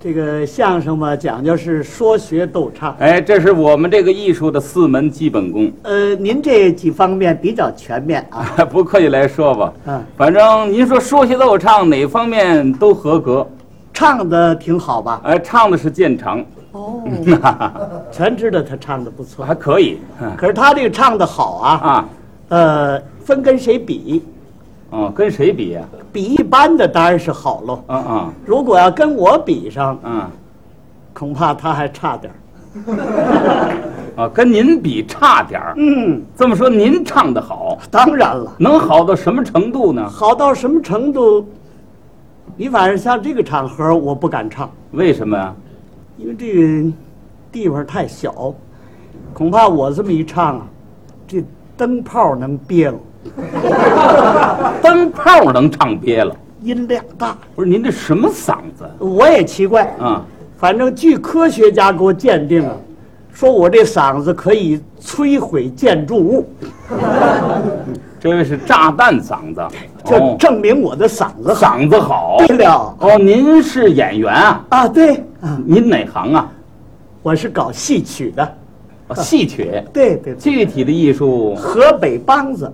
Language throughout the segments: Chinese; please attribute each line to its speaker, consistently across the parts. Speaker 1: 这个相声嘛，讲究是说学逗唱。
Speaker 2: 哎，这是我们这个艺术的四门基本功。
Speaker 1: 呃，您这几方面比较全面啊。
Speaker 2: 不客气来说吧，
Speaker 1: 嗯，
Speaker 2: 反正您说说学逗唱哪方面都合格，
Speaker 1: 唱的挺好吧？
Speaker 2: 哎，唱的是见长，
Speaker 1: 哦，全知道他唱的不错
Speaker 2: 还。可以。 嗯
Speaker 1: 可是他这个唱的好啊，
Speaker 2: 啊，
Speaker 1: 呃，分跟谁比？
Speaker 2: 哦，跟谁比呀、
Speaker 1: 比一般的当然是好喽。
Speaker 2: 啊？啊
Speaker 1: 如果要跟我比上，
Speaker 2: 啊
Speaker 1: 恐怕他还差点儿。
Speaker 2: 啊，跟您比差点儿。
Speaker 1: 嗯，
Speaker 2: 这么说，您唱的好，
Speaker 1: 当然了，
Speaker 2: 能好到什么程度呢？
Speaker 1: 好到什么程度？你反正像这个场合，我不敢唱，
Speaker 2: 为什么呀？
Speaker 1: 因为这个地方太小，恐怕我这么一唱啊，这灯泡能憋了，
Speaker 2: 灯泡能唱憋了？
Speaker 1: 音量大。
Speaker 2: 不是您这什么嗓子
Speaker 1: 我也奇怪，
Speaker 2: 啊？
Speaker 1: 反正据科学家给我鉴定啊，说我这嗓子可以摧毁建筑物，
Speaker 2: 这位是炸弹嗓子，
Speaker 1: 就
Speaker 2: 哦
Speaker 1: 证明我的嗓子好。
Speaker 2: 嗓子好。
Speaker 1: 对了
Speaker 2: 哦，您是演员啊？
Speaker 1: 啊，对啊，
Speaker 2: 您哪行啊？
Speaker 1: 我是搞戏曲的，嗯
Speaker 2: 哦戏曲，
Speaker 1: 对对，对
Speaker 2: 具体的艺术
Speaker 1: 河北梆子，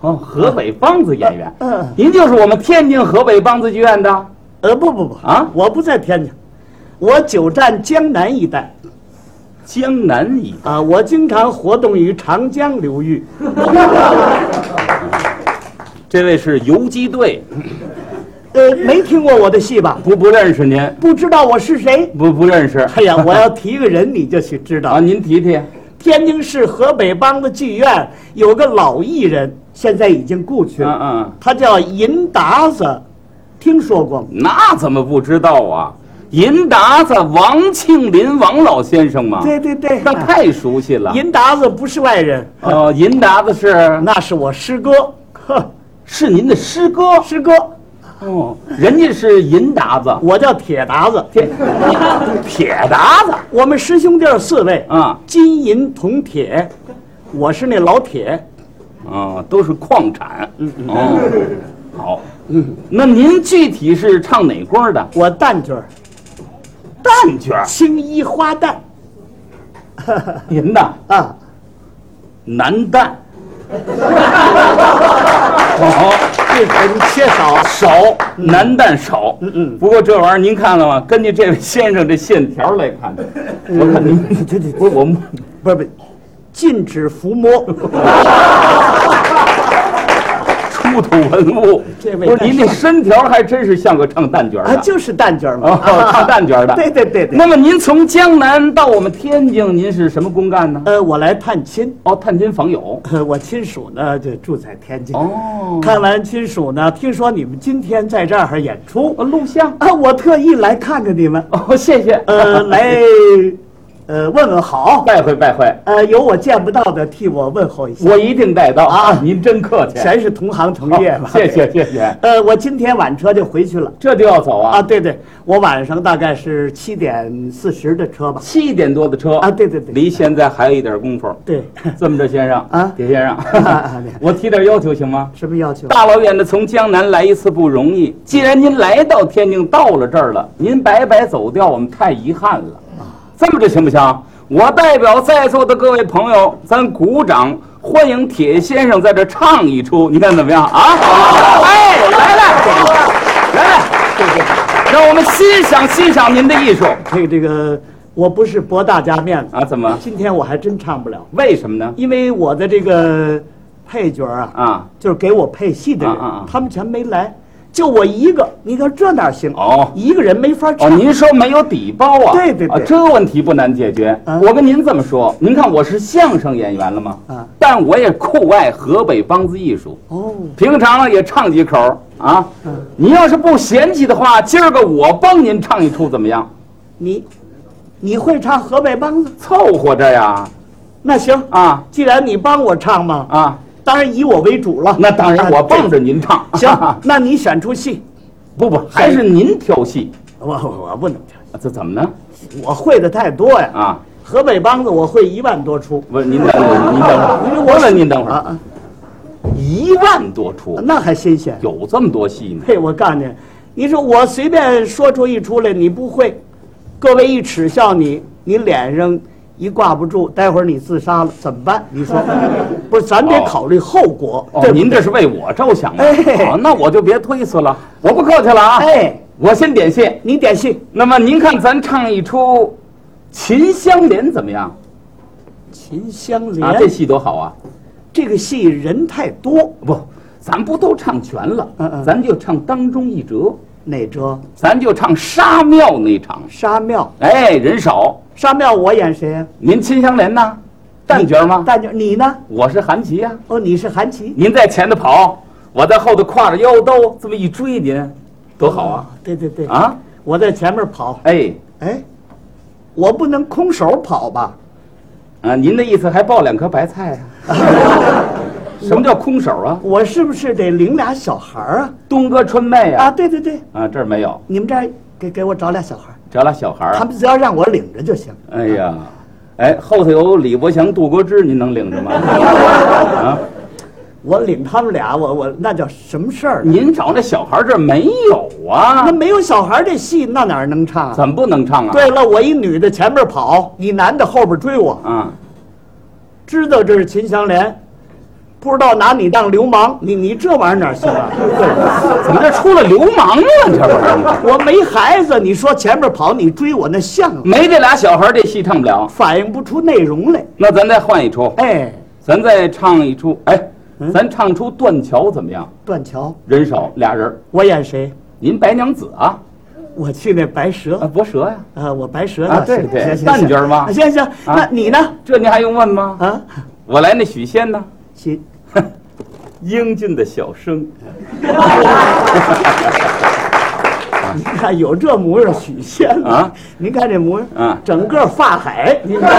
Speaker 2: 哦，河北梆子演员。
Speaker 1: 嗯
Speaker 2: 您就是我们天津河北梆子剧院的
Speaker 1: 呃，不不不
Speaker 2: 啊
Speaker 1: 我不在天津，我久占江南一带
Speaker 2: 江南一
Speaker 1: 啊，我经常活动于长江流域。
Speaker 2: 这位是游击队，
Speaker 1: 呃，没听过我的戏吧？
Speaker 2: 不不认识您，
Speaker 1: 不知道我是谁？
Speaker 2: 不不认识。
Speaker 1: 哎呀，我要提一个人，你就去知道
Speaker 2: 啊，。您 提提。
Speaker 1: 天津市河北梆子剧院有个老艺人，现在已经故去
Speaker 2: 嗯
Speaker 1: 了，
Speaker 2: 嗯，
Speaker 1: 他叫银达子，听说过吗？
Speaker 2: 那怎么不知道啊？银达子王庆林王老先生吗？
Speaker 1: 对对对，
Speaker 2: 那太熟悉了。
Speaker 1: 银达子不是外人，
Speaker 2: 哦，银达子是
Speaker 1: 那是我师哥，
Speaker 2: 啊
Speaker 1: 呵，
Speaker 2: 是您的师哥
Speaker 1: 师哥，
Speaker 2: 哦，人家是银达子，
Speaker 1: 我叫铁达子，
Speaker 2: 铁 铁达子
Speaker 1: 我们师兄弟儿四位，
Speaker 2: 啊，
Speaker 1: 金银铜铁，我是那老铁，
Speaker 2: 哦，都是矿产。哦，好，那您具体是唱哪官儿的？
Speaker 1: 我旦角儿，
Speaker 2: 旦角儿，
Speaker 1: 青衣花旦，
Speaker 2: 您的
Speaker 1: 啊，
Speaker 2: 男 旦。好。
Speaker 1: 这很缺少，
Speaker 2: 少，男旦少。嗯
Speaker 1: 嗯
Speaker 2: 不过这玩意儿您看了吗？根据这位先生这线条来看的，我看您
Speaker 1: 这这
Speaker 2: 不是我们
Speaker 1: 嗯不是不是，禁止抚 摸。
Speaker 2: 出土文物，
Speaker 1: 这位
Speaker 2: 不是您这身条还真是像个唱旦角
Speaker 1: 啊，
Speaker 2: 的。
Speaker 1: 就是蛋卷儿嘛，
Speaker 2: 哦， 唱旦角的。
Speaker 1: 啊对对对对。
Speaker 2: 那么您从江南到我们天津，您是什么公干呢？
Speaker 1: 呃，我来探亲，
Speaker 2: 哦，探亲访友。
Speaker 1: 呃我亲属呢就住在天津。
Speaker 2: 哦，
Speaker 1: 看完亲属呢，听说你们今天在这儿演出
Speaker 2: 哦录像。
Speaker 1: 啊，我特意来看看你们，
Speaker 2: 哦，谢谢。
Speaker 1: 呃，来，呃，问问好，
Speaker 2: 拜会拜会，
Speaker 1: 呃，有我见不到的替我问候一下，
Speaker 2: 我一定带到
Speaker 1: 啊
Speaker 2: 您真客气。
Speaker 1: 全是同行同
Speaker 2: 好
Speaker 1: 业吧。
Speaker 2: 哦谢。谢谢谢，
Speaker 1: 呃，我今天晚车就回去了
Speaker 2: 这就要走
Speaker 1: 啊，
Speaker 2: 啊。
Speaker 1: 对对，我晚上大概是七点四十的车吧。
Speaker 2: 七点多的车
Speaker 1: 啊，对对对
Speaker 2: 离现在还有一点功夫。
Speaker 1: 对，
Speaker 2: 这么着，先生
Speaker 1: 啊
Speaker 2: 铁先
Speaker 1: 啊
Speaker 2: 生， 我提点要求行吗？
Speaker 1: 什么要求？
Speaker 2: 大老远的从江南来一次不容易，既然您来到天津，到了这儿了，您白白走掉，我们太遗憾了。这么着行不行？我代表在座的各位朋友，咱鼓掌欢迎铁先生在这唱一出，你看怎么样啊？哎，来来来来，让我们欣赏欣赏您的艺术
Speaker 1: 这个这个，我不是博大家面子
Speaker 2: 啊！怎么？
Speaker 1: 今天我还真唱不了，
Speaker 2: 为什么呢？
Speaker 1: 因为我的这个配角啊，
Speaker 2: 啊，
Speaker 1: 就是给我配戏的人，
Speaker 2: 啊啊啊
Speaker 1: 他们全没来，就我一个。你看这哪行？
Speaker 2: 哦
Speaker 1: 一个人没法
Speaker 2: 哦，
Speaker 1: 唱。
Speaker 2: 您说没有底包啊？
Speaker 1: 对对对
Speaker 2: 啊，这个问题不难解决。
Speaker 1: 嗯
Speaker 2: 我跟您这么说，您看我是相声演员了吗？
Speaker 1: 嗯
Speaker 2: 但我也酷爱河北梆子艺术，
Speaker 1: 哦，
Speaker 2: 平常呢也唱几口儿啊。
Speaker 1: 嗯
Speaker 2: 您要是不嫌弃的话，今儿个我帮您唱一出怎么样？
Speaker 1: 你，你会唱河北梆子？
Speaker 2: 凑合着呀，
Speaker 1: 那行，
Speaker 2: 啊
Speaker 1: 既然你帮我唱嘛，
Speaker 2: 啊，
Speaker 1: 当然以我为主了。
Speaker 2: 那当然
Speaker 1: 啊
Speaker 2: 我帮着您唱。
Speaker 1: 对 行，那你选出戏，
Speaker 2: 不不，还是您挑戏，
Speaker 1: 我我我不能唱，
Speaker 2: 啊这怎么呢？
Speaker 1: 我会的太多呀。
Speaker 2: 啊，
Speaker 1: 河北梆子我会一万多出，
Speaker 2: 不是您等会儿，您等会儿，
Speaker 1: 因为
Speaker 2: 我
Speaker 1: 我
Speaker 2: 问您等会
Speaker 1: 啊
Speaker 2: 儿，
Speaker 1: 啊，
Speaker 2: 一万多出，
Speaker 1: 那还新鲜。
Speaker 2: 有这么多戏呢？
Speaker 1: 嘿，我告诉你，你说我随便说出一出来，你不会，各位一耻笑你，你脸上一挂不住，待会儿你自杀了怎么办？你 说，不是咱得
Speaker 2: 哦
Speaker 1: 考虑后果。
Speaker 2: 哦，
Speaker 1: 对不
Speaker 2: 您
Speaker 1: 对
Speaker 2: 这是为我着想啊！
Speaker 1: 哎
Speaker 2: 好，那我就别推辞了，我不客气了啊！
Speaker 1: 哎，
Speaker 2: 我先点谢。
Speaker 1: 你点戏
Speaker 2: 那么您看，咱唱一出《秦香莲》怎么样
Speaker 1: 《秦香莲》
Speaker 2: 啊？这戏多好啊！
Speaker 1: 这个戏人太多，
Speaker 2: 不，咱不都唱全了，
Speaker 1: 嗯嗯
Speaker 2: 咱就唱当中一折，
Speaker 1: 哪折？
Speaker 2: 咱就唱沙庙那场。
Speaker 1: 沙庙，
Speaker 2: 哎，人少，
Speaker 1: 沙庙我演谁呀、
Speaker 2: 您秦香莲呢？旦角吗？
Speaker 1: 大舅，你呢？
Speaker 2: 我是韩琦呀、
Speaker 1: 哦，你是韩琦。
Speaker 2: 您在前头跑，我在后头挎着腰刀，这么一追您，多好啊！
Speaker 1: 哦对对对，
Speaker 2: 啊，
Speaker 1: 我在前面跑，
Speaker 2: 哎，
Speaker 1: 哎，我不能空手跑吧？
Speaker 2: 啊，您的意思还抱两颗白菜啊？什么叫空手啊？
Speaker 1: 我是不是得领俩小孩儿啊？
Speaker 2: 东哥春妹
Speaker 1: 啊，
Speaker 2: 啊？
Speaker 1: 对对对，
Speaker 2: 啊，这儿没有，
Speaker 1: 你们这儿给给我找俩小孩儿，
Speaker 2: 找俩小孩儿
Speaker 1: 他
Speaker 2: 啊。
Speaker 1: 们只要让我领着就行。
Speaker 2: 哎呀，哎，后头有李伯祥、杜国之，您能领着 吗？啊，
Speaker 1: 我领他们俩，我我那叫什么事儿啊？
Speaker 2: 您找那小孩儿这儿没有啊
Speaker 1: 那？没有小孩儿这戏，那哪儿能唱啊？
Speaker 2: 怎么不能唱啊？
Speaker 1: 对了，我一女的前面跑，一男的后边追我，
Speaker 2: 啊，
Speaker 1: 知道这是秦香莲，不知道拿你当流氓，你你这玩意儿哪行啊？对，
Speaker 2: 怎么这出了流氓了？这不是？
Speaker 1: 我没孩子，你说前面跑，你追我那像吗？
Speaker 2: 没这俩小孩儿，这戏唱不了。
Speaker 1: 反映不出内容来。
Speaker 2: 那咱再换一出，
Speaker 1: 哎，
Speaker 2: 咱再唱一出，哎，
Speaker 1: 嗯
Speaker 2: 咱唱出断桥怎么样？
Speaker 1: 断桥，
Speaker 2: 人少俩人儿，
Speaker 1: 我演谁？
Speaker 2: 您白娘子啊，
Speaker 1: 我去那白蛇
Speaker 2: 啊，博蛇呀、
Speaker 1: 啊，我白蛇
Speaker 2: 啊
Speaker 1: 呢
Speaker 2: 对
Speaker 1: 行
Speaker 2: 对
Speaker 1: 行行
Speaker 2: 旦角儿吗啊
Speaker 1: 行行行，那你呢？
Speaker 2: 这您还用问吗？
Speaker 1: 啊，
Speaker 2: 我来那许仙呢，
Speaker 1: 行，
Speaker 2: 英俊的小生，
Speaker 1: 你看有这模样，许仙呢
Speaker 2: 啊，
Speaker 1: 您看这模样，
Speaker 2: 啊
Speaker 1: 整个发海，您看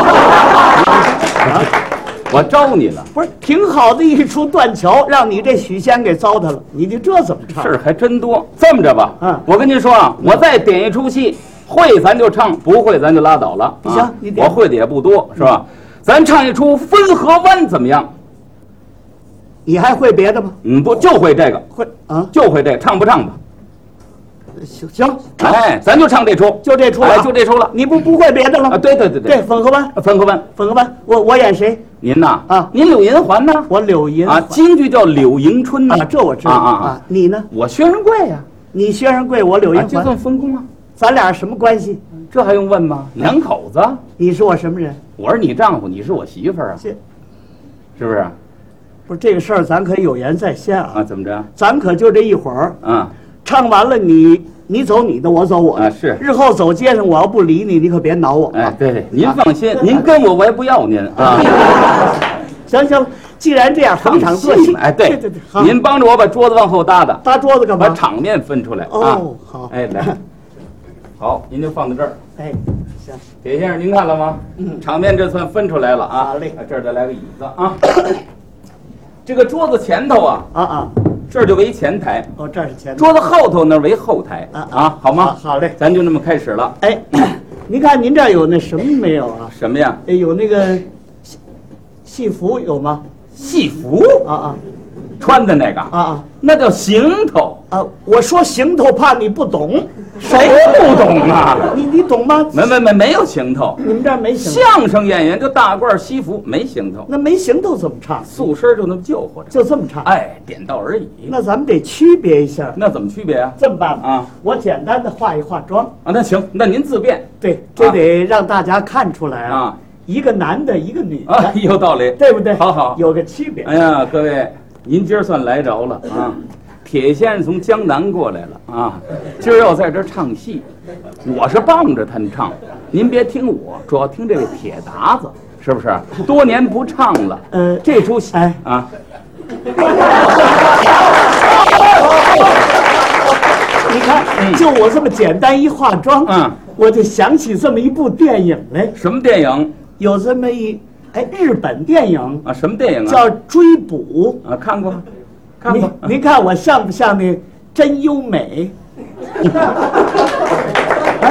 Speaker 2: 我招你了，
Speaker 1: 不是挺好的一出断桥，让你这许仙给糟蹋了，你这这怎么唱？
Speaker 2: 事儿还真多。这么着吧，
Speaker 1: 嗯
Speaker 2: 我跟您说啊，我再点一出戏，会咱就唱，不会咱就拉倒了。啊
Speaker 1: 行你点
Speaker 2: 我会的也不多，是吧？咱唱一出《汾河湾》怎么样？
Speaker 1: 你还会别的吗？
Speaker 2: 嗯，不就会这个，
Speaker 1: 会啊，
Speaker 2: 就会这个，唱不唱吧？
Speaker 1: 行行，
Speaker 2: 哎，咱就唱这出，
Speaker 1: 就这出了
Speaker 2: 哎，就这出了。
Speaker 1: 你不不会别的了
Speaker 2: 啊，
Speaker 1: 吗？
Speaker 2: 对对对
Speaker 1: 对，，粉河湾，
Speaker 2: 汾河湾，
Speaker 1: 粉河湾，我我演谁？
Speaker 2: 您呐
Speaker 1: 啊
Speaker 2: 您柳银环呢？
Speaker 1: 我柳银
Speaker 2: 啊，
Speaker 1: 环
Speaker 2: 京剧叫柳迎春呐
Speaker 1: 啊，这我知道
Speaker 2: 啊啊啊！
Speaker 1: 啊。你呢？
Speaker 2: 我薛仁贵呀，
Speaker 1: 你薛仁贵，我柳
Speaker 2: 啊
Speaker 1: 银
Speaker 2: 就
Speaker 1: 环，
Speaker 2: 算分工啊，
Speaker 1: 咱俩什么关系？
Speaker 2: 这还用问吗？两口子，
Speaker 1: 你是我什么人？
Speaker 2: 我是你丈夫，你是我媳妇儿啊，
Speaker 1: 这
Speaker 2: 是不是？
Speaker 1: 不是这个事儿，咱可有言在先啊，
Speaker 2: 啊，怎么着？
Speaker 1: 咱可就这一会儿，
Speaker 2: 啊，
Speaker 1: 唱完了你你走你的，我走我的。
Speaker 2: 啊是
Speaker 1: 日后走街上，我要不理你，你可别挠我
Speaker 2: 哎
Speaker 1: 啊，！
Speaker 2: 对对，您放心，您跟我我也不要您啊。
Speaker 1: 行行，既然这样，逢场作戏。
Speaker 2: 哎，
Speaker 1: 对
Speaker 2: 对
Speaker 1: 对对，好，
Speaker 2: 您帮着我把桌子往后搭搭，
Speaker 1: 搭桌子干
Speaker 2: 把
Speaker 1: 嘛？
Speaker 2: 场面分出来啊。
Speaker 1: 哦，好，
Speaker 2: 哎，来，好，您就放在这儿。
Speaker 1: 哎，行，
Speaker 2: 铁先生，您看了吗？场面这算分出来了啊。
Speaker 1: 嗯好嘞
Speaker 2: 这儿再来个椅子啊。这个桌子前头啊，
Speaker 1: 啊啊，
Speaker 2: 这儿就为前台，
Speaker 1: 哦，这是前面
Speaker 2: 桌子后头那儿为后台
Speaker 1: 啊啊
Speaker 2: 啊，好吗？
Speaker 1: 啊好嘞
Speaker 2: 咱就那么开始了。
Speaker 1: 哎，您看您这儿有那什么没有啊？
Speaker 2: 什么呀？
Speaker 1: 哎，有那个戏戏服有吗？
Speaker 2: 戏服
Speaker 1: 啊啊
Speaker 2: 穿的那个啊，
Speaker 1: 啊啊
Speaker 2: 那叫行头，
Speaker 1: 啊！我说行头，怕你不懂，
Speaker 2: 谁不懂啊？
Speaker 1: 你你懂吗？
Speaker 2: 没没没，没有行头。
Speaker 1: 你们这儿没行头，
Speaker 2: 相声演员就大褂西服，没行头，
Speaker 1: 那没行头怎么唱？
Speaker 2: 素身就那么救活着。
Speaker 1: 就这么唱？
Speaker 2: 哎，点到而已。
Speaker 1: 那咱们得区别一下。
Speaker 2: 那怎么区别啊？
Speaker 1: 这么办吧，
Speaker 2: 啊
Speaker 1: 我简单的化一化妆，
Speaker 2: 啊，那行，那您自便
Speaker 1: 对，这得让大家看出来啊，
Speaker 2: 啊
Speaker 1: 一个男的，一个女的，
Speaker 2: 啊，有道理。
Speaker 1: 对不对？
Speaker 2: 好好
Speaker 1: 有个区别。
Speaker 2: 哎呀，各位，您今儿算来着了啊！铁先生从江南过来了啊，今儿要在这儿唱戏，我是傍着他们唱。您别听我，主要听这位铁达子，是不是？多年不唱了
Speaker 1: 呃，
Speaker 2: 这出戏
Speaker 1: 哎，
Speaker 2: 啊。
Speaker 1: 你看，就我这么简单一化妆，
Speaker 2: 嗯，
Speaker 1: 我就想起这么一部电影来，
Speaker 2: 什么电影
Speaker 1: 有这么一哎日本电影
Speaker 2: 啊？什么电影啊？
Speaker 1: 叫《追捕
Speaker 2: 啊，看过，》，看过。
Speaker 1: 您您看我像不像那真优美？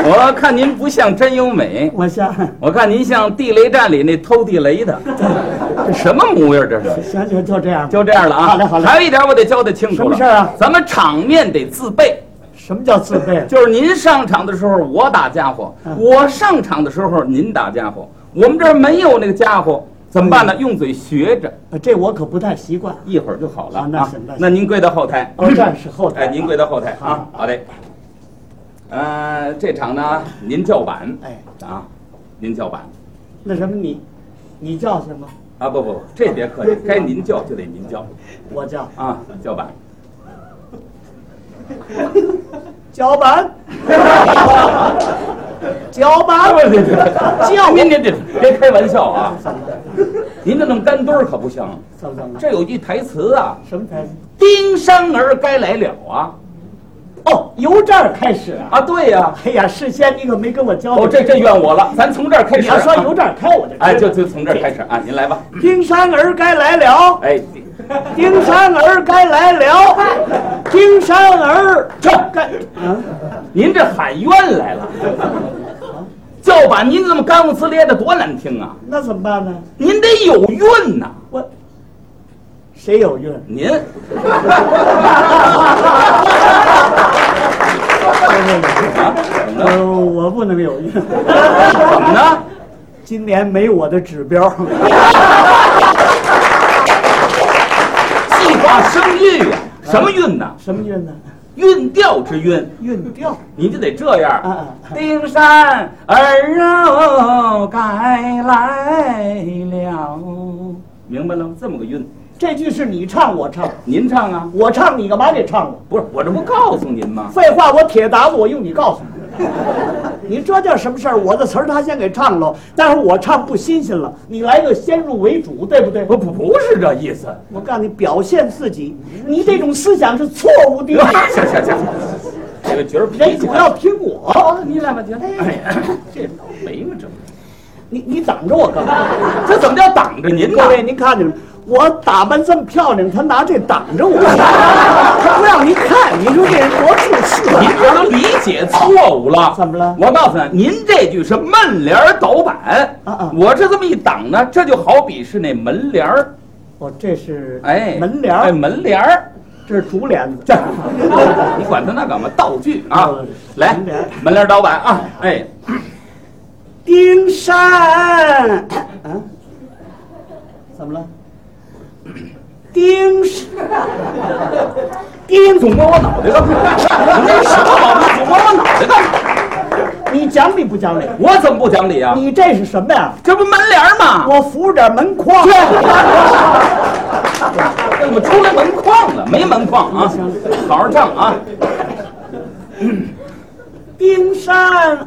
Speaker 2: 我看您不像真优美，
Speaker 1: 我像，
Speaker 2: 我看您像地雷战里那偷地 雷的，这什么模样？这是。
Speaker 1: 行行，就这样吧。
Speaker 2: 就这样了啊！
Speaker 1: 好嘞好嘞
Speaker 2: 还有一点我得交代清楚
Speaker 1: 什么
Speaker 2: 了。
Speaker 1: 事儿啊
Speaker 2: 咱们场面得自备，啊
Speaker 1: 什么叫自备？
Speaker 2: 就是您上场的时候我打家伙，
Speaker 1: 嗯
Speaker 2: 我上场的时候您打家伙，我们这儿没有那个家伙，怎么办
Speaker 1: 嗯
Speaker 2: 呢？用嘴学着，
Speaker 1: 呃这我可不太习惯。
Speaker 2: 一会儿就好了
Speaker 1: 啊那
Speaker 2: 啊
Speaker 1: 行那。行
Speaker 2: 那您跪到后台，
Speaker 1: 二战是后台
Speaker 2: 哎，
Speaker 1: 啊，
Speaker 2: 您跪到后台啊
Speaker 1: 好，
Speaker 2: 好嘞。呃，这场呢，您叫板，
Speaker 1: 哎，
Speaker 2: 啊，您叫板
Speaker 1: 那什么你，你叫什么？
Speaker 2: 啊，不不不，这别客气，该您叫就得您叫
Speaker 1: 我叫
Speaker 2: 啊，叫板。
Speaker 1: 脚 板，脚板，
Speaker 2: 哎 叫您您这别开玩笑啊，您这弄干墩儿可不行，
Speaker 1: 怎么怎么了？
Speaker 2: 这有句台词啊，
Speaker 1: 什么台词？
Speaker 2: 丁山儿该来了啊
Speaker 1: 哦，由这儿开始啊！
Speaker 2: 啊，对呀、
Speaker 1: 哎呀，事先你可没跟我交代。
Speaker 2: 哦，这这怨我了，咱从这儿开
Speaker 1: 你
Speaker 2: 始、啊。
Speaker 1: 要说由这儿开，我就知道
Speaker 2: 哎，就就从这儿开始啊，您来吧。
Speaker 1: 丁山儿该来了，
Speaker 2: 哎，
Speaker 1: 丁山儿该来了，丁山儿
Speaker 2: 这
Speaker 1: 该啊，
Speaker 2: 您这喊冤来了，叫板您这么干不呲咧的多难听啊！
Speaker 1: 那怎么办呢？
Speaker 2: 您得有韵呐、
Speaker 1: 我谁有孕？
Speaker 2: 您啊，怎么了？
Speaker 1: 我呃我不能有孕，
Speaker 2: 怎么呢？
Speaker 1: 今年没我的指标。
Speaker 2: 计划生育呀、什么韵呐？
Speaker 1: 什么孕呢？
Speaker 2: 韵调之韵。
Speaker 1: 孕调。
Speaker 2: 你就得这样
Speaker 1: 嗯
Speaker 2: 儿，丁山儿哦该来了，明白了吗？这么个韵，
Speaker 1: 这句是你唱我唱，
Speaker 2: 您唱啊？
Speaker 1: 我唱你干嘛得唱我？
Speaker 2: 不是，我这不告诉您吗？
Speaker 1: 废话，我铁打子，我用你告诉你。 你这叫什么事儿？我的词儿他先给唱喽，但是我唱不新鲜了，你来个先入为主，对不对？
Speaker 2: 不不不是这意思。
Speaker 1: 我告诉你，表现自己，你这种思想是错误 的
Speaker 2: 行。行行，这个角儿
Speaker 1: 人
Speaker 2: 脾气
Speaker 1: 主要听我，
Speaker 2: 好，你来吧，姐。哎呀，这倒霉嘛，这
Speaker 1: 你你挡着我干嘛？
Speaker 2: 这怎么叫挡着您呢
Speaker 1: 各？位，您看见了，我打扮这么漂亮，他拿这挡着我， 他不让您看，你说这人多自私
Speaker 2: 您
Speaker 1: 啊！
Speaker 2: 这都理解错误了。
Speaker 1: 怎么了
Speaker 2: 我告诉你，您这句是门帘儿倒板
Speaker 1: 啊啊
Speaker 2: 我这这么一挡呢，这就好比是那门帘儿，
Speaker 1: 我哦这是
Speaker 2: 哎，
Speaker 1: 门帘
Speaker 2: 哎，
Speaker 1: 儿，
Speaker 2: 门帘儿。
Speaker 1: 这是竹帘子，
Speaker 2: 这，你管他那干嘛？道具啊
Speaker 1: 道具！
Speaker 2: 来
Speaker 1: 门帘儿，
Speaker 2: 门帘儿倒板啊！哎，
Speaker 1: 丁山，啊，怎么了？丁山， 丁，
Speaker 2: 总摸我脑袋 干嘛？你什么毛病？总摸我脑袋干嘛？
Speaker 1: 你讲理不讲理？
Speaker 2: 我怎么不讲理啊？
Speaker 1: 你这是什么呀？
Speaker 2: 这不门帘儿吗？
Speaker 1: 我扶着点门 框。
Speaker 2: 怎么出来门框了？没门框啊！好好唱啊！
Speaker 1: 丁山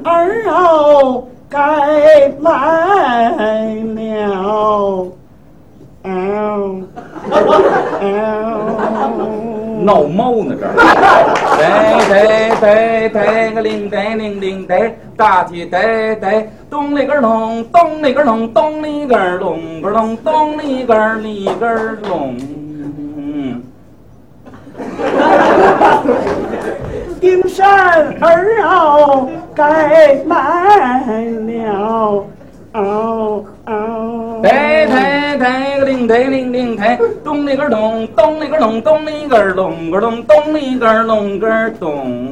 Speaker 1: 儿哦，该 来哎了。嗯哎嗯
Speaker 2: 闹猫呢这儿。得得得得个铃得铃铃得，大起得得咚里个隆，咚里个隆，咚里个隆个隆，咚里个里个隆。嗯，
Speaker 1: 丁山儿哦，该来了。哦哦，
Speaker 2: 得得得个铃得铃铃得，咚里个咚，咚里个隆，咚里个隆个隆，咚里个隆个咚。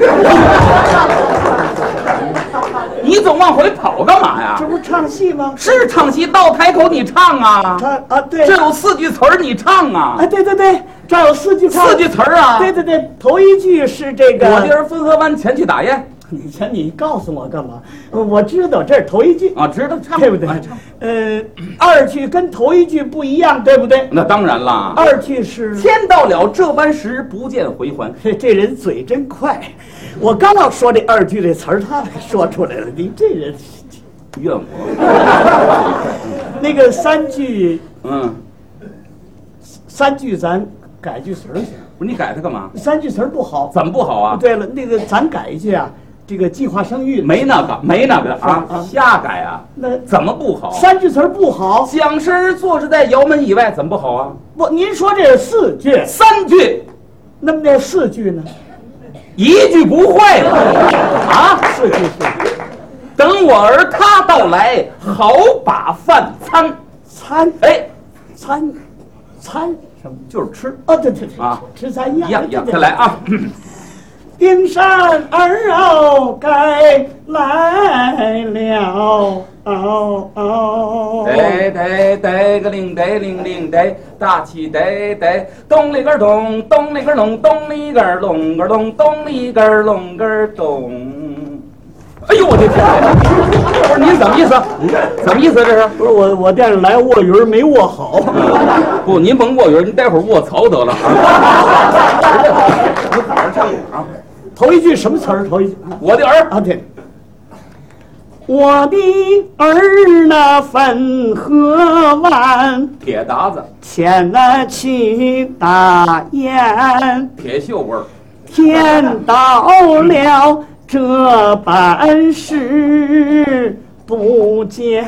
Speaker 2: 你总往回跑干嘛呀？
Speaker 1: 这不唱戏吗？
Speaker 2: 是唱戏到台口你唱啊，
Speaker 1: 他啊，对，
Speaker 2: 这有四句词儿你唱啊
Speaker 1: 啊，，对对对，这儿有四句唱
Speaker 2: 四句。词儿啊。
Speaker 1: 对对对，头一句是这个。
Speaker 2: 我弟儿汾河湾前去打雁
Speaker 1: 你瞧，你告诉我干嘛？我知道这是头一句，
Speaker 2: 啊，知道唱
Speaker 1: 对不对
Speaker 2: 哎唱？
Speaker 1: 呃，二句跟头一句不一样，对不对？
Speaker 2: 那当然啦。啊
Speaker 1: 二句是
Speaker 2: 天到了这般时，不见回还。
Speaker 1: 这 这人嘴真快，我刚要说这二句这词儿，他给说出来了。你这人，
Speaker 2: 怨我，
Speaker 1: 那个三句
Speaker 2: 嗯，
Speaker 1: 三句咱改句词儿行，
Speaker 2: 不是你改它干嘛？
Speaker 1: 三句词儿不好。
Speaker 2: 怎么不好啊？
Speaker 1: 对了，那个咱改一句啊，这个计划生育
Speaker 2: 没那个，没那个啊，
Speaker 1: 啊
Speaker 2: 瞎改啊？
Speaker 1: 那
Speaker 2: 怎么不好？
Speaker 1: 三句词儿不好。
Speaker 2: 蒋生儿坐着在窑门以外，怎么不好啊？
Speaker 1: 不，您说这是四句，
Speaker 2: 三句，
Speaker 1: 那么这四句呢？
Speaker 2: 一句不会了啊！
Speaker 1: 四句是
Speaker 2: 等我儿他到来，好把饭餐。
Speaker 1: 参
Speaker 2: 哎，
Speaker 1: 参参什么
Speaker 2: 就是吃
Speaker 1: 啊，对对对，
Speaker 2: 啊
Speaker 1: 吃咱一
Speaker 2: 一样一样。
Speaker 1: 对对对
Speaker 2: 再来啊，
Speaker 1: 冰山儿哦该来了哦哦，
Speaker 2: 得得得个令得令令得，大气得得，咚里个儿咚，咚里个儿咚，咚里个儿咚个儿咚，咚里个儿咚个儿咚。哎呦我的天！不是您怎么意思？怎么意思这是？
Speaker 1: 不是我我惦着来卧鱼儿没卧好，
Speaker 2: 不，您甭卧云，您待会儿卧槽得了啊！你好好唱啊！
Speaker 1: 头一句什么词儿？头一句
Speaker 2: 我的儿，
Speaker 1: 啊对，我的儿那汾河湾，
Speaker 2: 铁达子，
Speaker 1: 前那去打雁。
Speaker 2: 铁锈味儿，
Speaker 1: 天到了这般事，不见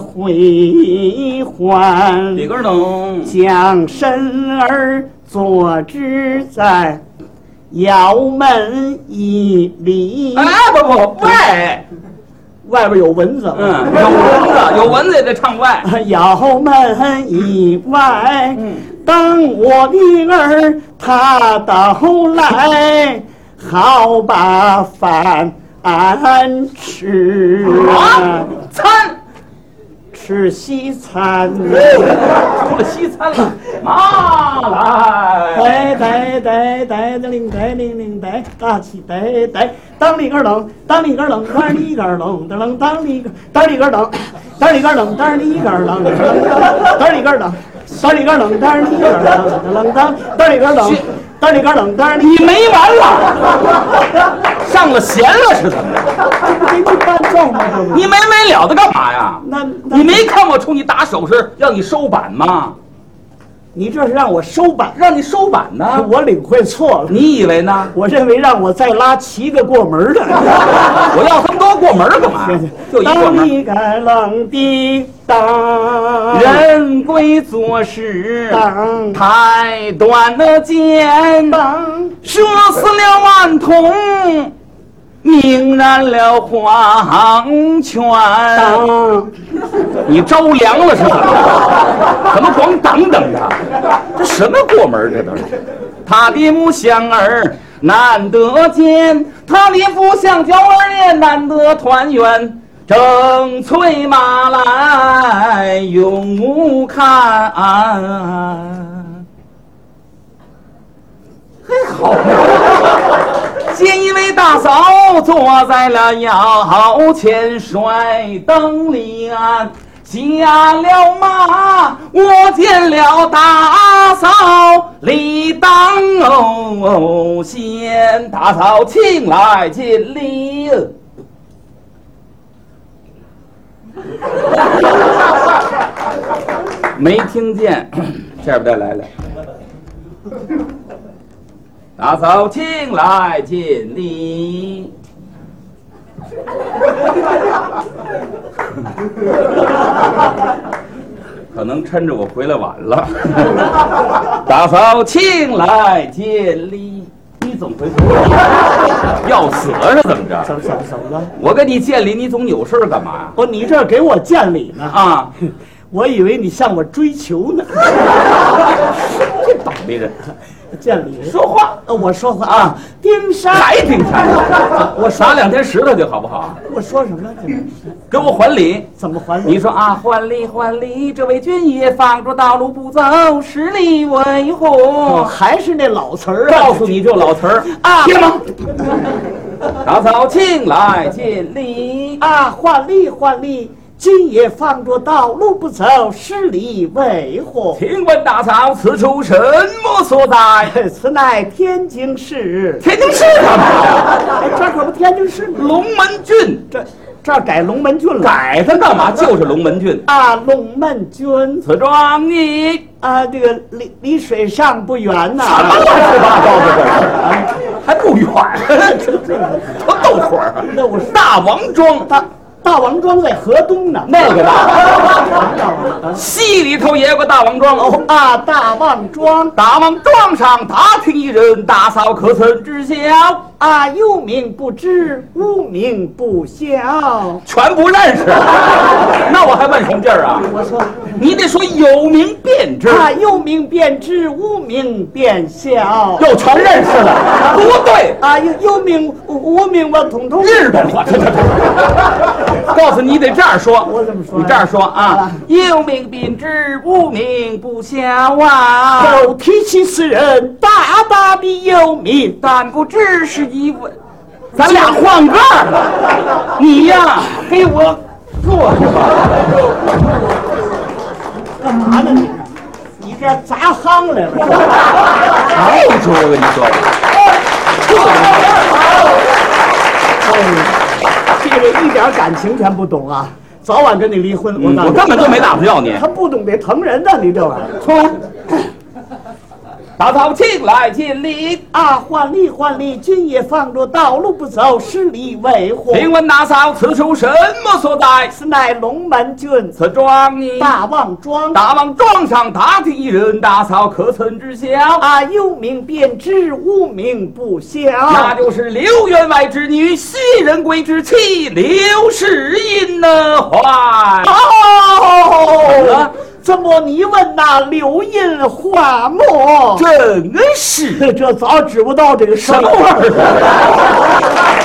Speaker 1: 回还
Speaker 2: 里。根儿咚，
Speaker 1: 将身儿坐之在窑门以里，
Speaker 2: 哎不不外，
Speaker 1: 外边有蚊子。
Speaker 2: 嗯，有蚊子，有蚊子也得唱外。
Speaker 1: 窑门以外，等我的儿他到来，好把饭吃啊
Speaker 2: 啊，，餐，
Speaker 1: 吃西餐。
Speaker 2: 除了西餐了，妈来，
Speaker 1: 呆呆呆呆的铃呆铃铃呆，大起呆呆，当里个冷，当里个冷，当里个冷，当冷当里个当里个冷，当里个冷，当里个冷，当里个冷，当里个冷，当里个冷，当当里个冷，当里个冷，当里
Speaker 2: 你没完了，上了弦了是怎么着？
Speaker 1: 给你伴奏吗？这不
Speaker 2: 你没没了的干嘛呀？
Speaker 1: 那
Speaker 2: 你
Speaker 1: 那
Speaker 2: 没看我冲你打手势，让你收板吗？
Speaker 1: 你这是让我收板，
Speaker 2: 让你收板呢？
Speaker 1: 我领会错了，
Speaker 2: 你以为呢？
Speaker 1: 我认为让我再拉七个过门的。
Speaker 2: 我要这么多过门儿干嘛？就一过
Speaker 1: 当
Speaker 2: 门儿。
Speaker 1: 你该冷的当。
Speaker 2: 人归左时，
Speaker 1: 当
Speaker 2: 太短了剑，
Speaker 1: 当
Speaker 2: 射死了万童，明燃了黄泉。
Speaker 1: 当，
Speaker 2: 你着凉了是怎么着？怎么光等等的？这什么过门儿这都是？他的母乡儿难得见，他的父乡娇儿也难得团圆。正催马来永无看，见一位大嫂坐在了摇前摔灯里啊，下了马，我见了大嫂李当哦先，大嫂请来见礼。没听见， 这边再来来。打扫请来见礼。 可能趁着我回来晚了， 打扫请来见礼。你总回头 要死啊是怎么
Speaker 1: 怎
Speaker 2: 着？
Speaker 1: 么怎么怎么了？
Speaker 2: 我跟你见礼，你总有事儿干嘛
Speaker 1: 不，哦你这给我见礼
Speaker 2: 呀？
Speaker 1: 呢？
Speaker 2: 啊，
Speaker 1: 我以为你向我追求呢。
Speaker 2: 这倒霉人，
Speaker 1: 见礼，
Speaker 2: 说话
Speaker 1: 呃我说话啊，丁山，
Speaker 2: 还挺强。我撒两天石头去好不好？
Speaker 1: 我说什么？这是
Speaker 2: 给我还礼。
Speaker 1: 怎么还
Speaker 2: 你说啊，还礼还礼，这位军爷放着道路不走，十里为
Speaker 1: 哦，
Speaker 2: 何？
Speaker 1: 还是那老词儿啊？
Speaker 2: 告诉你这老词儿
Speaker 1: 啊
Speaker 2: 听吗？打扫请来见礼，
Speaker 1: 啊，换力换力，今夜放着道路不走，十里为何？
Speaker 2: 请问大嫂此处什么所在？
Speaker 1: 此乃天津市，
Speaker 2: 天津市干嘛呀？
Speaker 1: 哎，这可不天津市吗？
Speaker 2: 龙门郡
Speaker 1: 这这儿改龙门郡了
Speaker 2: 改它干嘛？就是龙门郡。
Speaker 1: 啊，龙门郡。
Speaker 2: 此庄你
Speaker 1: 啊，这个离离水上不远呐、
Speaker 2: 什么乱七八糟的这是？还不远， 多逗会儿啊。
Speaker 1: 那我是
Speaker 2: 大王庄，
Speaker 1: 大大王庄在河东呢。
Speaker 2: 那个大王庄。
Speaker 1: 大王庄
Speaker 2: 戏里头也有个大王庄
Speaker 1: 哦啊，大王庄
Speaker 2: 大王庄上打听一人，大嫂可曾知晓？
Speaker 1: 啊，有名不知，无名不晓。
Speaker 2: 全 不认识，那我还问什么劲儿啊？
Speaker 1: 我说
Speaker 2: 你得说有名便知，
Speaker 1: 啊，有名便知，无名便晓。
Speaker 2: 又全认识了，不对。
Speaker 1: 啊，有有名无无名我统统。
Speaker 2: 日本话， 这这这，告诉你得这样说，
Speaker 1: 我怎么说呀
Speaker 2: 你这样说啊
Speaker 1: 啊，
Speaker 2: 有名便知，无名不详啊。
Speaker 1: 有提起此人，大大的有名。
Speaker 2: 但不知是一问，咱俩换个儿了。你呀，给我坐下吧。
Speaker 1: 干嘛呢你？你这砸夯来了。
Speaker 2: 好说，我跟你说，
Speaker 1: 哎这个一点感情全不懂啊，早晚跟你离婚。我告诉
Speaker 2: 嗯我
Speaker 1: 你
Speaker 2: 根本就没打算要你。
Speaker 1: 他不懂得疼人的，你这玩意儿。
Speaker 2: 打草请来尽力。
Speaker 1: 啊，换力换力，军也放着，道路不走，十里为火。
Speaker 2: 请问大嫂，此处什么所在？
Speaker 1: 此乃龙门郡
Speaker 2: 此庄呢？
Speaker 1: 大望庄。
Speaker 2: 大王庄上打听一人，大嫂可曾知晓？
Speaker 1: 啊，有名便知，无名不晓。
Speaker 2: 那就是刘员外之女，袭人闺之妻刘氏音呢？怀
Speaker 1: 啊
Speaker 2: 嗯
Speaker 1: 哦，怎么你问那柳荫花木？
Speaker 2: 真是
Speaker 1: 这这早指不到这个事
Speaker 2: 什么味儿啊？